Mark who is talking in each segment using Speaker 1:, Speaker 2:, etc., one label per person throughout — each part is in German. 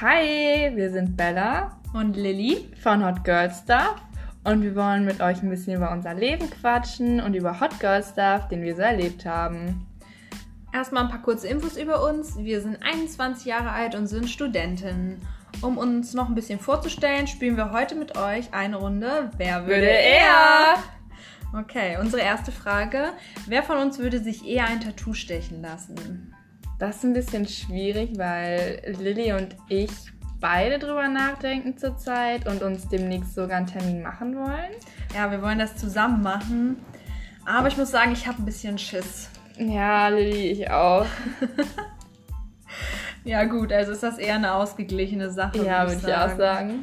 Speaker 1: Hi, wir sind Bella
Speaker 2: und Lilly.
Speaker 1: von Hot Girl Stuff und wir wollen mit euch ein bisschen über unser Leben quatschen und über Hot Girl Stuff, den wir so erlebt haben.
Speaker 2: Erstmal ein paar kurze Infos über uns. Wir sind 21 Jahre alt und sind Studenten. Um uns noch ein bisschen vorzustellen, spielen wir heute mit euch eine Runde Wer würde, eher? Okay, unsere erste Frage. Wer von uns würde sich eher ein Tattoo stechen lassen?
Speaker 1: Das ist ein bisschen schwierig, weil Lilly und ich beide drüber nachdenken zurzeit und uns demnächst sogar einen Termin machen wollen.
Speaker 2: Ja, wir wollen das zusammen machen. Aber ich muss sagen, ich habe ein bisschen Schiss.
Speaker 1: Ja, Lilly, ich auch.
Speaker 2: Ja gut, also ist das eher eine ausgeglichene Sache.
Speaker 1: Ja, würde ich auch sagen.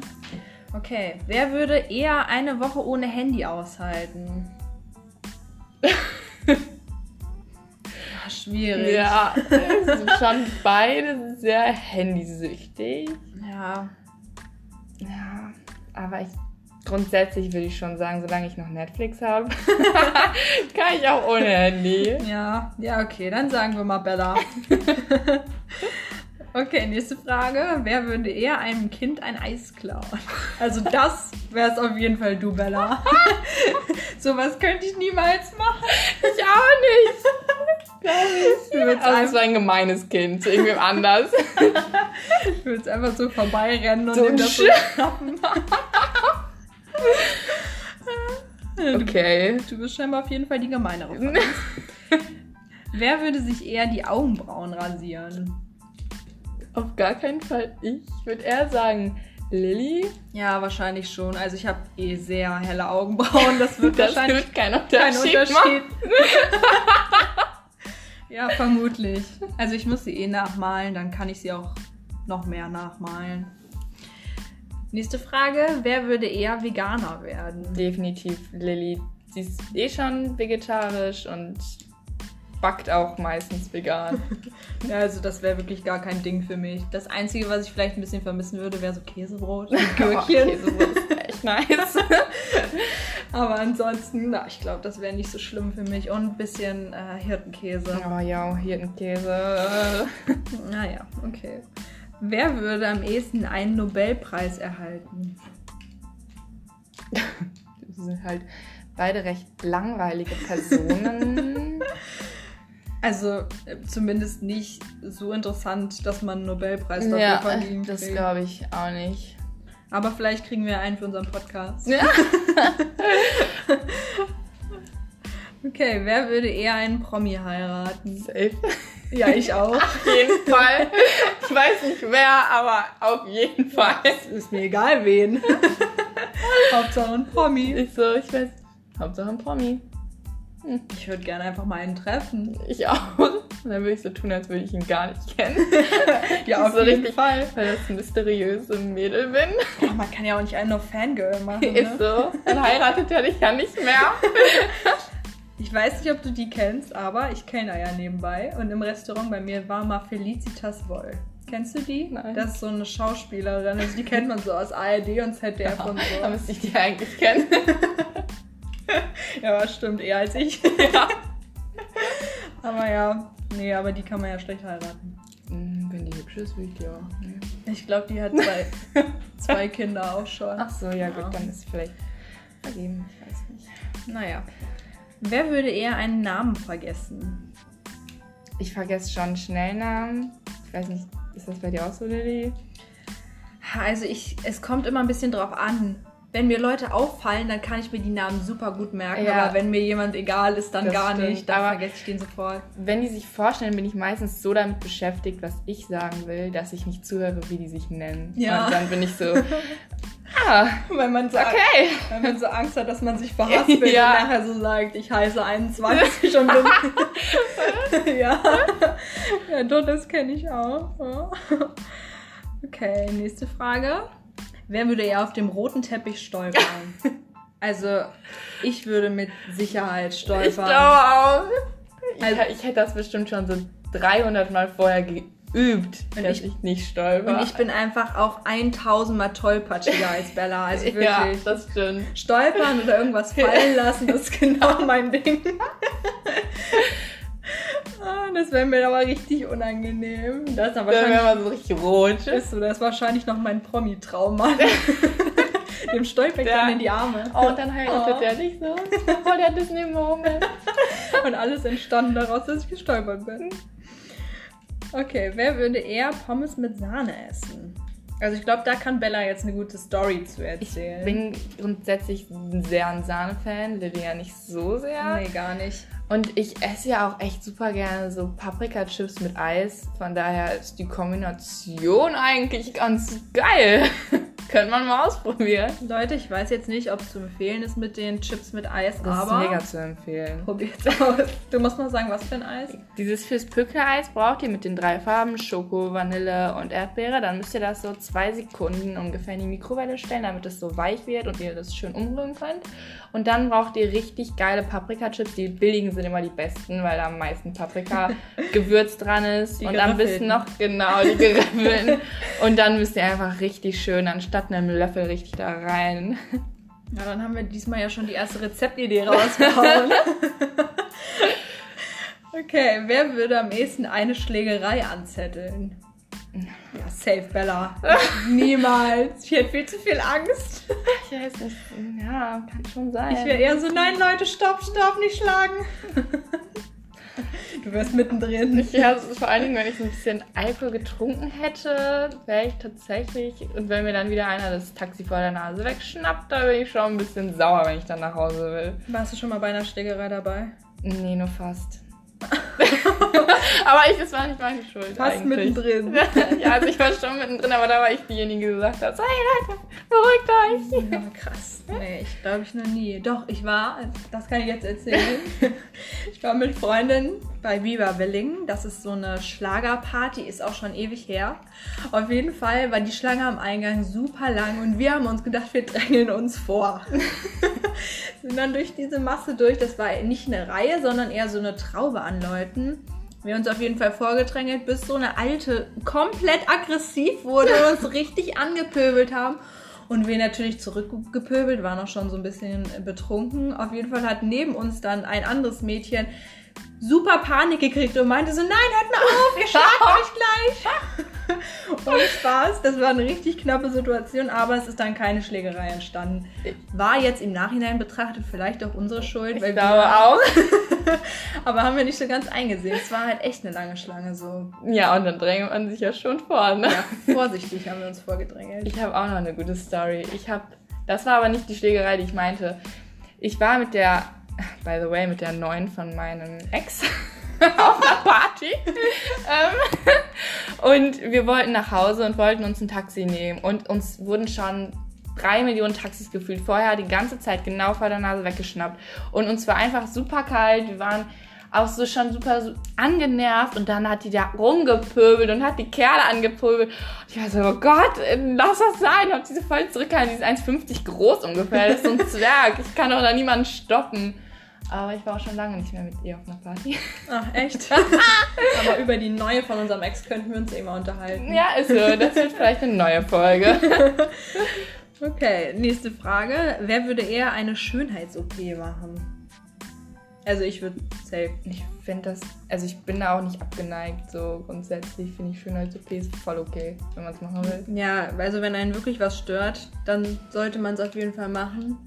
Speaker 2: Okay, wer würde eher eine Woche ohne Handy aushalten? ja, schwierig.
Speaker 1: Ja, wir sind schon beide sehr handysüchtig.
Speaker 2: Ja,
Speaker 1: Ja, aber ich grundsätzlich würde ich schon sagen, solange ich noch Netflix habe, kann ich auch ohne Handy.
Speaker 2: ja, ja, okay, dann sagen wir mal Bella. okay, nächste Frage. Wer würde eher einem Kind ein Eis klauen? Also das wär's auf jeden Fall du, Bella. Sowas könnte ich niemals machen.
Speaker 1: Ich auch nicht.
Speaker 2: Du willst
Speaker 1: Also so ein gemeines Kind, zu irgendwem anders.
Speaker 2: Ich würde jetzt einfach so vorbeirennen und
Speaker 1: So
Speaker 2: so
Speaker 1: ein
Speaker 2: das so
Speaker 1: Schiff.
Speaker 2: schnappen.
Speaker 1: Okay.
Speaker 2: Du bist scheinbar auf jeden Fall die gemeinere. von- Wer würde sich eher die Augenbrauen rasieren?
Speaker 1: Auf gar keinen Fall ich. Ich würde eher sagen, Lilly,
Speaker 2: Ja, wahrscheinlich schon. Also ich habe eh sehr helle Augenbrauen. Das wird
Speaker 1: das
Speaker 2: wahrscheinlich
Speaker 1: wird kein
Speaker 2: kein
Speaker 1: Unterschied, machen.
Speaker 2: Unterschied. ja, vermutlich. Also ich muss sie eh nachmalen, dann kann ich sie auch noch mehr nachmalen. Nächste Frage, wer würde eher Veganer werden?
Speaker 1: Definitiv Lilly. Sie ist eh schon vegetarisch und backt auch meistens vegan.
Speaker 2: Ja, also das wäre wirklich gar kein Ding für mich. Das Einzige, was ich vielleicht ein bisschen vermissen würde, wäre so Käsebrot Oh, und Gürkchen.
Speaker 1: Okay, so ist echt nice.
Speaker 2: Aber ansonsten, na, ich glaube, das wäre nicht so schlimm für mich. Und ein bisschen äh, Hirtenkäse.
Speaker 1: Oh ja, hier ein Käse.
Speaker 2: Naja, okay. Wer würde am ehesten einen Nobelpreis erhalten?
Speaker 1: Das sind halt beide recht langweilige Personen.
Speaker 2: Also äh, zumindest nicht so interessant, dass man einen Nobelpreis dafür
Speaker 1: ja, äh,
Speaker 2: verliehen
Speaker 1: das
Speaker 2: kriegt.
Speaker 1: glaube ich auch nicht.
Speaker 2: Aber vielleicht kriegen wir einen für unseren Podcast.
Speaker 1: Ja.
Speaker 2: Okay, wer würde eher einen Promi heiraten?
Speaker 1: Safe.
Speaker 2: Ja, ich auch.
Speaker 1: Auf jeden Fall. Ich weiß nicht wer, aber auf jeden Fall.
Speaker 2: Ist mir egal wen. Hauptsache ein Promi.
Speaker 1: Ich so, ich weiß. Hauptsache ein Promi.
Speaker 2: Ich würde gerne einfach mal einen treffen.
Speaker 1: Ich auch. Und dann würde ich so tun, als würde ich ihn gar nicht kennen.
Speaker 2: Ja, auf
Speaker 1: so
Speaker 2: jeden
Speaker 1: richtig,
Speaker 2: Fall.
Speaker 1: Weil das ein mysteriöses Mädel bin.
Speaker 2: Ja, man kann ja auch nicht einen auf Fangirl machen.
Speaker 1: Ist
Speaker 2: Ne?
Speaker 1: so. Dann heiratet er dich ja nicht mehr.
Speaker 2: Ich weiß nicht, ob du die kennst, aber ich kenne ja nebenbei. Und im Restaurant bei mir war mal Felicitas Woll. Kennst du die?
Speaker 1: Nein.
Speaker 2: Das ist so eine Schauspielerin. Also die kennt man so aus ARD und ZDF
Speaker 1: Dann
Speaker 2: und so.
Speaker 1: müsste ich die eigentlich kennen.
Speaker 2: Ja, stimmt, eher als ich. aber ja, nee, aber die kann man ja schlecht heiraten.
Speaker 1: Hm, Wenn die hübsch ist, würde ich die auch. nehmen.
Speaker 2: Ich glaube, die hat zwei, zwei Kinder auch schon.
Speaker 1: Ach so, ja, gut,
Speaker 2: Ja.
Speaker 1: dann ist sie vielleicht vergeben, ich weiß nicht.
Speaker 2: Naja. Wer würde eher einen Namen vergessen?
Speaker 1: Ich vergesse schon schnell Namen. Ich weiß nicht, ist das bei dir auch so, Lilly?
Speaker 2: Also ich, es kommt immer ein bisschen drauf an. Wenn mir Leute auffallen, dann kann ich mir die Namen super gut merken.
Speaker 1: Ja.
Speaker 2: Aber wenn mir jemand egal ist, dann
Speaker 1: Das
Speaker 2: gar
Speaker 1: stimmt,
Speaker 2: nicht. Dann
Speaker 1: aber-
Speaker 2: vergesse ich den sofort.
Speaker 1: Wenn die sich vorstellen, bin ich meistens so damit beschäftigt, was ich sagen will, dass ich nicht zuhöre, wie die sich nennen.
Speaker 2: Ja.
Speaker 1: Und dann bin ich so, ah,
Speaker 2: Wenn man, so,
Speaker 1: okay.
Speaker 2: wenn man so Angst hat, dass man sich
Speaker 1: verhaspelt
Speaker 2: ja.
Speaker 1: und
Speaker 2: nachher so sagt, ich heiße 21 und bin... ja. ja, doch, das kenne ich auch. Ja. Okay, nächste Frage. Wer würde eher auf dem roten Teppich stolpern? also, ich würde mit Sicherheit stolpern.
Speaker 1: Ich glaube auch. Ich,
Speaker 2: Äh, Also-
Speaker 1: ich hätte das bestimmt schon so 300 Mal vorher geübt,
Speaker 2: Und
Speaker 1: dass ich,
Speaker 2: ich-
Speaker 1: nicht stolper.
Speaker 2: Und ich bin einfach auch 1000 Mal tollpatschiger als Bella. Also wirklich.
Speaker 1: ja, das stimmt.
Speaker 2: Stolpern oder irgendwas fallen lassen, das ist genau mein Ding. ah, Das wäre mir aber richtig unangenehm. Das ist aber
Speaker 1: Dann wäre man
Speaker 2: wahrscheinlich,
Speaker 1: so richtig rot.
Speaker 2: ist so, das ist wahrscheinlich noch mein Promi-Trauma. Dem stolper ich
Speaker 1: Ja.
Speaker 2: dann in die Arme.
Speaker 1: Oh, und dann heiratet
Speaker 2: Oh.
Speaker 1: der dich so. Voll der Disney-Moment.
Speaker 2: Und alles entstanden daraus, dass ich gestolpert bin. Okay, wer würde eher Pommes mit Sahne essen? Also ich glaube, da kann Bella jetzt eine gute Story zu
Speaker 1: Ich
Speaker 2: erzählen.
Speaker 1: bin grundsätzlich ein sehr ein Sahne-Fan, Lilly ja nicht so sehr.
Speaker 2: Nee, gar nicht.
Speaker 1: Und ich esse ja auch echt super gerne so Paprika-Chips mit Eis. Von daher ist die Kombination eigentlich ganz geil. Könnte man mal ausprobieren.
Speaker 2: Leute, ich weiß jetzt nicht, ob es zu empfehlen ist mit den Chips mit Eis,
Speaker 1: Das
Speaker 2: aber
Speaker 1: ist mega zu empfehlen.
Speaker 2: probiert's aus. Du musst mal sagen, was für ein Eis?
Speaker 1: Dieses fürs Pücke-Eis braucht ihr mit den drei Farben Schoko, Vanille und Erdbeere. Dann müsst ihr das so zwei Sekunden ungefähr in die Mikrowelle stellen, damit es so weich wird und ihr das schön umrühren könnt. Und dann braucht ihr richtig geile Paprika-Chips. Die billigen sind immer die besten, weil da am meisten Paprika-Gewürz dran ist.
Speaker 2: Die
Speaker 1: und am besten
Speaker 2: geriffelten.
Speaker 1: noch, genau, die geriffelten. und dann müsst ihr einfach richtig schön, anstatt einem Löffel, richtig da rein.
Speaker 2: Ja, dann haben wir diesmal ja schon die erste Rezeptidee rausgehauen. okay, wer würde am ehesten eine Schlägerei anzetteln? Ja, safe Bella. Niemals. Ich hätte viel zu viel Angst.
Speaker 1: Ich weiß nicht, ja, kann schon sein.
Speaker 2: Ich wäre eher so, nein Leute, stopp, stopp, nicht schlagen. Du wärst mittendrin.
Speaker 1: Ja, es ist vor allen Dingen, wenn ich so ein bisschen Alkohol getrunken hätte, wäre ich tatsächlich, und wenn mir dann wieder einer das Taxi vor der Nase wegschnappt, da bin ich schon ein bisschen sauer, wenn ich dann nach Hause will.
Speaker 2: Warst du schon mal bei einer Schlägerei dabei?
Speaker 1: Nee, nur fast. aber ich, es war nicht meine Schuld.
Speaker 2: Fast
Speaker 1: eigentlich.
Speaker 2: mittendrin.
Speaker 1: ja, also ich war schon mittendrin, aber da war ich diejenige, die gesagt hat, hey Leute, beruhigt euch.
Speaker 2: Ja, krass. Nee, ich glaube ich noch nie. Doch, ich war, also, das kann ich jetzt erzählen. Ich war mit Freundin bei Viva Willingen. Das ist so eine Schlagerparty, ist auch schon ewig her. Auf jeden Fall war die Schlange am Eingang super lang und wir haben uns gedacht, wir drängeln uns vor. Sind dann durch diese Masse durch. Das war nicht eine Reihe, sondern eher so eine Traube an Leuten. Wir haben uns auf jeden Fall vorgedrängelt, bis so eine alte komplett aggressiv wurde und uns richtig angepöbelt haben. Und wir natürlich zurückgepöbelt, waren auch schon so ein bisschen betrunken. Auf jeden Fall hat neben uns dann ein anderes Mädchen super Panik gekriegt und meinte so, nein, hört mal auf, ihr schlagt euch gleich. Ohne Spaß, das war eine richtig knappe Situation, aber es ist dann keine Schlägerei entstanden. War jetzt im Nachhinein betrachtet vielleicht auch unsere Schuld,
Speaker 1: Ich
Speaker 2: weil
Speaker 1: glaube auch.
Speaker 2: wir, aber haben wir nicht so ganz eingesehen. Es war halt echt eine lange Schlange so.
Speaker 1: Ja, und dann drängt man sich ja schon vor, ne?
Speaker 2: Ja, vorsichtig haben wir uns vorgedrängelt.
Speaker 1: Ich habe auch noch eine gute Story. Ich habe, das war aber nicht die Schlägerei, die ich meinte. Ich war mit der, by the way, mit der neuen von meinem Ex auf einer Party. ähm, und wir wollten nach Hause und wollten uns ein Taxi nehmen. Und uns wurden schon drei Millionen Taxis gefühlt vorher die ganze Zeit genau vor der Nase weggeschnappt. Und uns war einfach super kalt. Wir waren auch so schon super so angenervt und dann hat die da rumgepöbelt und hat die Kerle angepöbelt. Und ich war so, oh Gott, äh, lass das sein. Hab diese voll zurückgehalten. Die ist 1,50 groß ungefähr. Das ist so ein Zwerg. Ich kann doch da niemanden stoppen. Aber ich war auch schon lange nicht mehr mit ihr auf einer Party.
Speaker 2: Ach, echt? aber über die neue von unserem Ex könnten wir uns eh mal unterhalten.
Speaker 1: Ja, ist so. Das wird vielleicht eine neue Folge.
Speaker 2: Okay, nächste Frage. Wer würde eher eine Schönheits-OP machen? Also ich würde safe.
Speaker 1: Ich finde das, also ich bin da auch nicht abgeneigt. So grundsätzlich finde ich Schönheits-OPs voll okay, wenn man es machen will.
Speaker 2: Ja, also wenn einen wirklich was stört, dann sollte man es auf jeden Fall machen.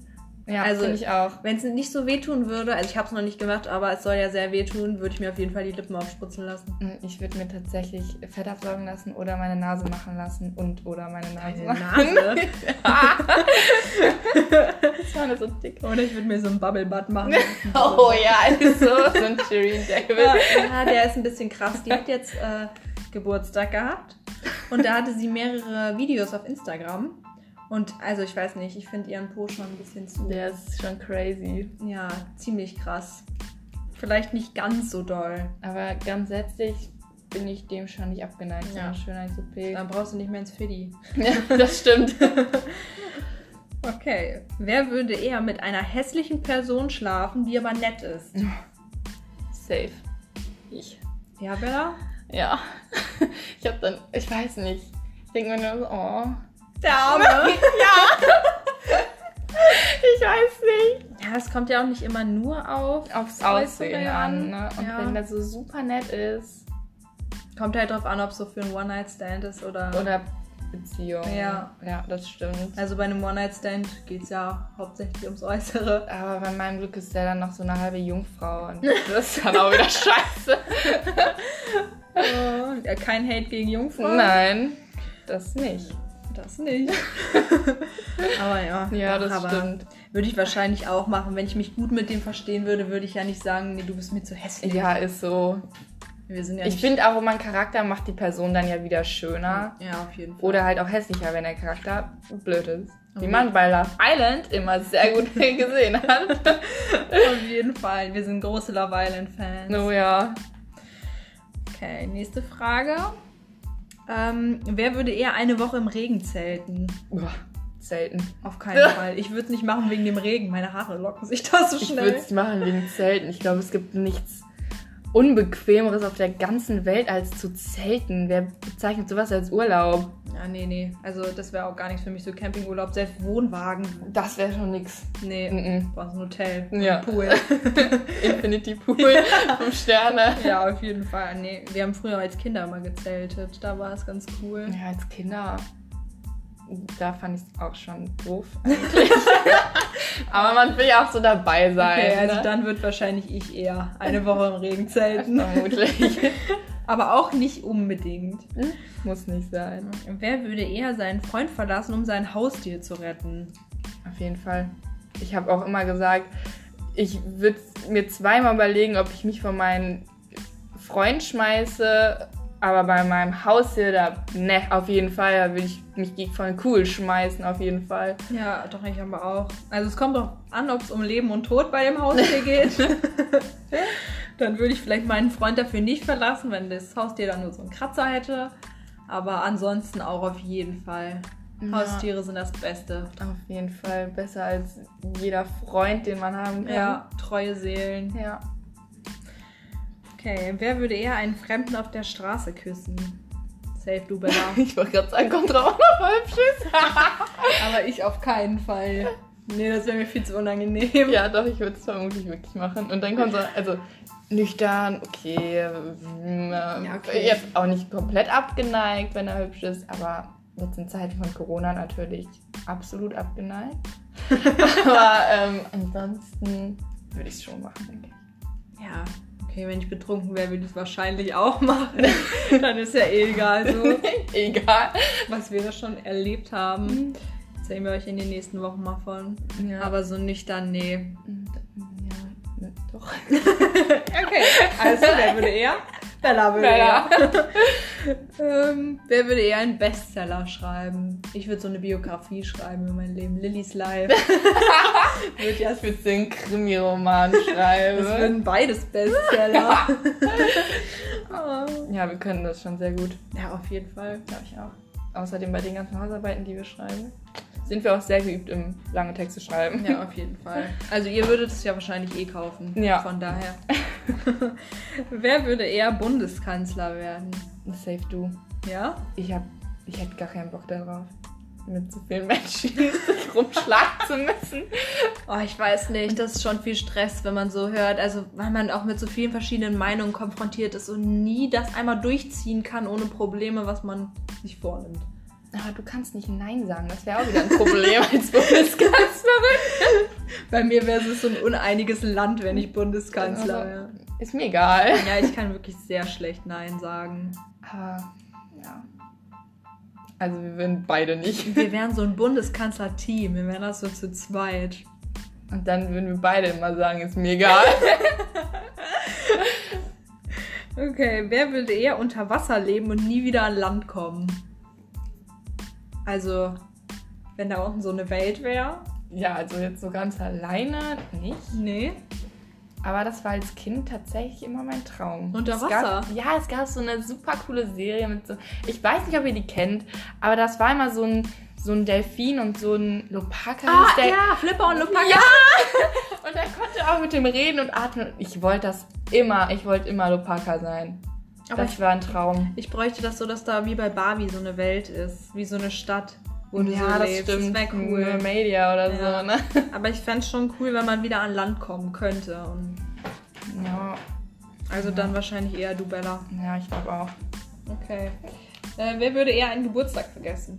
Speaker 1: Ja,
Speaker 2: Also-
Speaker 1: finde ich auch.
Speaker 2: Wenn es nicht so wehtun würde, also ich habe es noch nicht gemacht, aber es soll ja sehr wehtun, würde ich mir auf jeden Fall die Lippen aufspritzen lassen.
Speaker 1: Hm, Ich würde mir tatsächlich Fett absaugen lassen oder meine Nase machen lassen und oder meine Nase
Speaker 2: Eine
Speaker 1: machen.
Speaker 2: Nase.
Speaker 1: Das war nur so dick.
Speaker 2: Oder ich würde mir so ein Bubble Butt machen.
Speaker 1: Oh ja, ist so, so ein Shireen
Speaker 2: Ja,
Speaker 1: David.
Speaker 2: ja, der ist ein bisschen krass. Die hat jetzt äh, Geburtstag gehabt und da hatte sie mehrere Videos auf Instagram. Und also ich weiß nicht, ich finde ihren Po schon ein bisschen zu.
Speaker 1: Der ist schon crazy.
Speaker 2: Ja, ziemlich krass. Vielleicht nicht ganz so doll.
Speaker 1: Aber grundsätzlich bin ich dem schon nicht abgeneigt.
Speaker 2: Ja.
Speaker 1: Ja. Schönheits-OP.
Speaker 2: Dann brauchst du nicht mehr ins Fiddy.
Speaker 1: Ja, das stimmt.
Speaker 2: Okay. Wer würde eher mit einer hässlichen Person schlafen, die aber nett ist?
Speaker 1: Safe. Ich.
Speaker 2: Ja, Bella?
Speaker 1: Ja. Ich hab dann, ich weiß nicht. Ich denke mir nur so, oh.
Speaker 2: Der Arme.
Speaker 1: Ich ich weiß nicht.
Speaker 2: Ja, es kommt ja auch nicht immer nur auf.
Speaker 1: Aufs
Speaker 2: Äußere
Speaker 1: Aussehen an, ne? Und
Speaker 2: ja.
Speaker 1: wenn das so super nett ist.
Speaker 2: Kommt halt drauf an, ob es so für einen One-Night-Stand ist oder.
Speaker 1: Oder Beziehung.
Speaker 2: Ja.
Speaker 1: Ja, das stimmt.
Speaker 2: Also bei einem One-Night-Stand geht es ja hauptsächlich ums Äußere.
Speaker 1: Aber bei meinem Glück ist der dann noch so eine halbe Jungfrau. Und das ist dann auch wieder scheiße.
Speaker 2: Oh, ja, kein Hate gegen Jungfrauen.
Speaker 1: Nein, das nicht.
Speaker 2: Das nicht. aber ja.
Speaker 1: Ja, das
Speaker 2: aber
Speaker 1: stimmt.
Speaker 2: Würde ich wahrscheinlich auch machen. Wenn ich mich gut mit dem verstehen würde, würde ich ja nicht sagen, nee, du bist mir zu hässlich.
Speaker 1: Ja, ist so.
Speaker 2: Wir sind ja
Speaker 1: Ich
Speaker 2: nicht-
Speaker 1: finde auch, mein Charakter macht die Person dann ja wieder schöner.
Speaker 2: Ja, auf jeden Fall.
Speaker 1: Oder halt auch hässlicher, wenn der Charakter blöd ist. Wie
Speaker 2: Okay.
Speaker 1: man bei Love Island immer sehr gut gesehen hat.
Speaker 2: auf jeden Fall. Wir sind große Love Island-Fans.
Speaker 1: Oh ja.
Speaker 2: Okay, nächste Frage. Ähm, wer würde eher eine Woche im Regen zelten?
Speaker 1: Boah, selten.
Speaker 2: Auf keinen Fall. Ich würde es nicht machen wegen dem Regen. Meine Haare locken sich da so
Speaker 1: Ich
Speaker 2: schnell.
Speaker 1: würde es machen wegen Zelten. Ich glaube, es gibt nichts Unbequemeres auf der ganzen Welt als zu zelten. Wer bezeichnet sowas als Urlaub?
Speaker 2: Ja, nee, nee. Also das wäre auch gar nichts für mich, so Campingurlaub, selbst Wohnwagen.
Speaker 1: Das wäre schon nix.
Speaker 2: Nee,
Speaker 1: Mhm.
Speaker 2: brauchst ein Hotel.
Speaker 1: Ja.
Speaker 2: Pool.
Speaker 1: Infinity Pool, fünf Sterne.
Speaker 2: ja, auf jeden Fall. Nee, wir haben früher als Kinder mal gezeltet. Da war es ganz cool.
Speaker 1: Ja, als Kinder, da fand ich es auch schon doof eigentlich. Aber man will ja auch so dabei sein.
Speaker 2: Okay, also
Speaker 1: ne?
Speaker 2: dann wird wahrscheinlich ich eher eine Woche im Regen zelten.
Speaker 1: Vermutlich.
Speaker 2: Aber auch nicht unbedingt.
Speaker 1: Hm? Muss nicht sein.
Speaker 2: Wer würde eher seinen Freund verlassen, um sein Haustier zu retten?
Speaker 1: Auf jeden Fall. Ich habe auch immer gesagt, ich würde mir zweimal überlegen, ob ich mich von meinem Freund schmeiße, aber bei meinem Haustier, da, ne, auf jeden Fall, da würde ich mich gegen von cool schmeißen, auf jeden Fall.
Speaker 2: Ja, doch, ich aber auch. Also es kommt doch an, ob es um Leben und Tod bei dem Haustier geht. dann würde ich vielleicht meinen Freund dafür nicht verlassen, wenn das Haustier dann nur so einen Kratzer hätte. Aber ansonsten auch auf jeden Fall.
Speaker 1: Ja.
Speaker 2: Haustiere sind das Beste.
Speaker 1: Auf jeden Fall besser als jeder Freund, den man haben kann.
Speaker 2: Ja, treue Seelen.
Speaker 1: Ja.
Speaker 2: Okay, wer würde eher einen Fremden auf der Straße küssen? Safe du, Bella.
Speaker 1: Ich wollte gerade sagen, kommt drauf noch hübsches.
Speaker 2: aber ich auf keinen Fall. Nee, das wäre mir viel zu unangenehm.
Speaker 1: Ja, doch, ich würde es vermutlich wirklich machen. Und dann kommt so, also nüchtern, okay, ähm,
Speaker 2: okay.
Speaker 1: jetzt auch nicht komplett abgeneigt, wenn er hübsch ist, aber jetzt in Zeiten von Corona natürlich absolut abgeneigt. aber ähm, ansonsten würde ich es schon machen, denke ich.
Speaker 2: Ja, okay, wenn ich betrunken wäre, würde ich es wahrscheinlich auch machen. Dann ist ja eh egal so,
Speaker 1: Egal.
Speaker 2: was wir da schon erlebt haben. Erzählen wir euch in den nächsten Wochen mal von.
Speaker 1: Ja.
Speaker 2: Aber so nüchtern, nee.
Speaker 1: Und, ja, ne, doch.
Speaker 2: Okay, also wer würde eher? Bella würde
Speaker 1: Bella.
Speaker 2: eher. ähm, wer würde eher einen Bestseller schreiben? Ich würde so eine Biografie schreiben über mein Leben. Lillys Life. Würd ja-
Speaker 1: Ich würde so einen Krimi-Roman
Speaker 2: Das
Speaker 1: schreiben.
Speaker 2: würden beides Bestseller. Oh.
Speaker 1: Ja, wir können das schon sehr gut.
Speaker 2: ja, auf jeden Fall.
Speaker 1: Glaube ich auch. Außerdem bei den ganzen Hausarbeiten, die wir schreiben, sind wir auch sehr geübt im lange Texte schreiben.
Speaker 2: Ja, auf jeden Fall. Also ihr würdet es ja wahrscheinlich eh kaufen.
Speaker 1: Ja.
Speaker 2: Von daher. Wer würde eher Bundeskanzler werden?
Speaker 1: Safe du.
Speaker 2: Ja?
Speaker 1: Ich hab, ich hätte gar keinen Bock darauf, mit so vielen Menschen sich rumschlagen zu müssen.
Speaker 2: Oh, ich weiß nicht. Das ist schon viel Stress, wenn man so hört. Also, weil man auch mit so vielen verschiedenen Meinungen konfrontiert ist und nie das einmal durchziehen kann ohne Probleme, was man sich vornimmt.
Speaker 1: Aber du kannst nicht Nein sagen, das wäre auch wieder ein Problem Also, als Bundeskanzlerin.
Speaker 2: Bei mir wäre es so ein uneiniges Land, wenn ich Bundeskanzler
Speaker 1: Also-
Speaker 2: wäre.
Speaker 1: Ist mir egal.
Speaker 2: Ja, ich kann wirklich sehr schlecht Nein sagen.
Speaker 1: Aber, ja. Also wir würden beide nicht.
Speaker 2: Wir wären so ein Bundeskanzler-Team. Wir wären das so zu zweit.
Speaker 1: Und dann würden wir beide immer sagen, ist mir egal.
Speaker 2: Okay, wer würde eher unter Wasser leben und nie wieder an Land kommen? Also, wenn da unten so eine Welt wäre?
Speaker 1: Ja, also jetzt so ganz alleine nicht.
Speaker 2: Nee.
Speaker 1: Aber das war als Kind tatsächlich immer mein Traum.
Speaker 2: Unter
Speaker 1: Es gab,
Speaker 2: Wasser?
Speaker 1: ja, es gab so eine super coole Serie mit so. Ich weiß nicht, ob ihr die kennt, aber das war immer so ein, so ein Delfin und so ein Lopaka. hieß der.
Speaker 2: Ah, ja, Flipper und Lupaka.
Speaker 1: Ja! Und er konnte auch mit dem reden und atmen. Ich wollte das immer. Ich wollte immer Lopaka sein.
Speaker 2: Aber
Speaker 1: das
Speaker 2: ich,
Speaker 1: war ein Traum.
Speaker 2: ich bräuchte das Mhm. so, dass da wie bei Barbie so eine Welt ist, wie so eine Stadt. wo du
Speaker 1: ja,
Speaker 2: so
Speaker 1: das
Speaker 2: lebst.
Speaker 1: stimmt.
Speaker 2: Das wäre cool.
Speaker 1: Mermadia oder
Speaker 2: Ja.
Speaker 1: so, ne?
Speaker 2: Aber ich fände es schon cool, wenn man wieder an Land kommen könnte. Und
Speaker 1: Ja,
Speaker 2: also dann wahrscheinlich eher du, Bella.
Speaker 1: ja ich glaube auch.
Speaker 2: Okay. Äh, wer würde eher einen Geburtstag vergessen?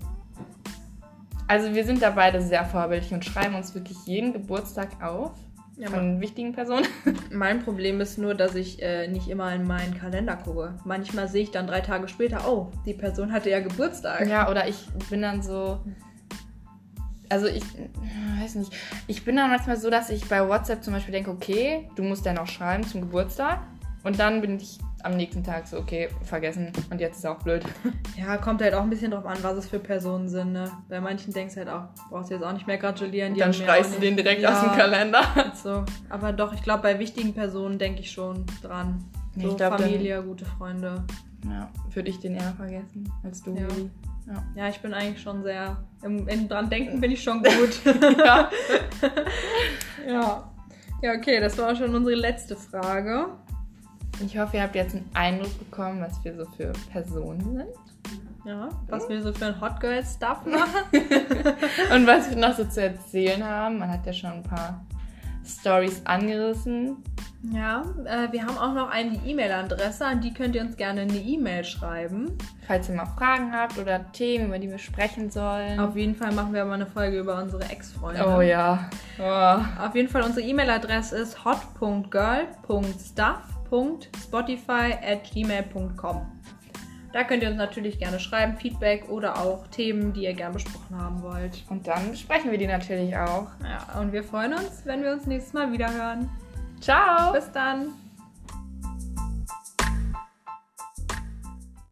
Speaker 1: Also wir sind da beide sehr vorbildlich und schreiben uns wirklich jeden Geburtstag auf
Speaker 2: Ja,
Speaker 1: von wichtigen Personen.
Speaker 2: Mein Problem ist nur, dass ich äh, nicht immer in meinen Kalender gucke. Manchmal sehe ich dann drei Tage später, oh, die Person hatte ja Geburtstag.
Speaker 1: Ja, oder ich bin dann so. Also ich weiß nicht. Ich bin dann manchmal so, dass ich bei WhatsApp zum Beispiel denke, okay, du musst ja noch schreiben zum Geburtstag. Und dann bin ich am nächsten Tag so, okay, vergessen. Und jetzt ist auch blöd.
Speaker 2: Ja, kommt halt auch ein bisschen drauf an, was es für Personen sind. Ne? Bei manchen denkst du halt auch, brauchst du jetzt auch nicht mehr gratulieren. die
Speaker 1: dann
Speaker 2: haben mir auch
Speaker 1: streichst du
Speaker 2: nicht-
Speaker 1: den direkt
Speaker 2: ja,
Speaker 1: aus dem Kalender.
Speaker 2: ist So. Aber doch, ich glaube, bei wichtigen Personen denke ich schon dran.
Speaker 1: Nee,
Speaker 2: So
Speaker 1: ich glaub, dann-
Speaker 2: Familie, gute Freunde.
Speaker 1: Ja, würde ich den eher vergessen als du.
Speaker 2: Ja.
Speaker 1: Miri.
Speaker 2: Ja, ich bin eigentlich schon sehr, im, im dran denken bin ich schon gut.
Speaker 1: Ja.
Speaker 2: ja. Ja, okay, das war schon unsere letzte Frage.
Speaker 1: Ich hoffe, ihr habt jetzt einen Eindruck bekommen, was wir so für Personen sind
Speaker 2: Ja, was wir so für ein Hot Girl Stuff machen.
Speaker 1: und was wir noch so zu erzählen haben. Man hat ja schon ein paar Stories angerissen.
Speaker 2: Ja, äh, wir haben auch noch eine E-Mail-Adresse, an die könnt ihr uns gerne eine E-Mail schreiben.
Speaker 1: Falls ihr mal Fragen habt oder Themen, über die wir sprechen sollen.
Speaker 2: Auf jeden Fall machen wir mal eine Folge über unsere Ex-Freunde.
Speaker 1: Mhm. oh ja. Oh.
Speaker 2: Auf jeden Fall, unsere E-Mail-Adresse ist hot.girl.stuff.spotify at gmail.com. Da könnt ihr uns natürlich gerne schreiben, Feedback oder auch Themen, die ihr gerne besprochen haben wollt.
Speaker 1: Und dann besprechen wir die natürlich auch.
Speaker 2: Ja, und wir freuen uns, wenn wir uns nächstes Mal wieder hören.
Speaker 1: Ciao.
Speaker 2: Bis dann!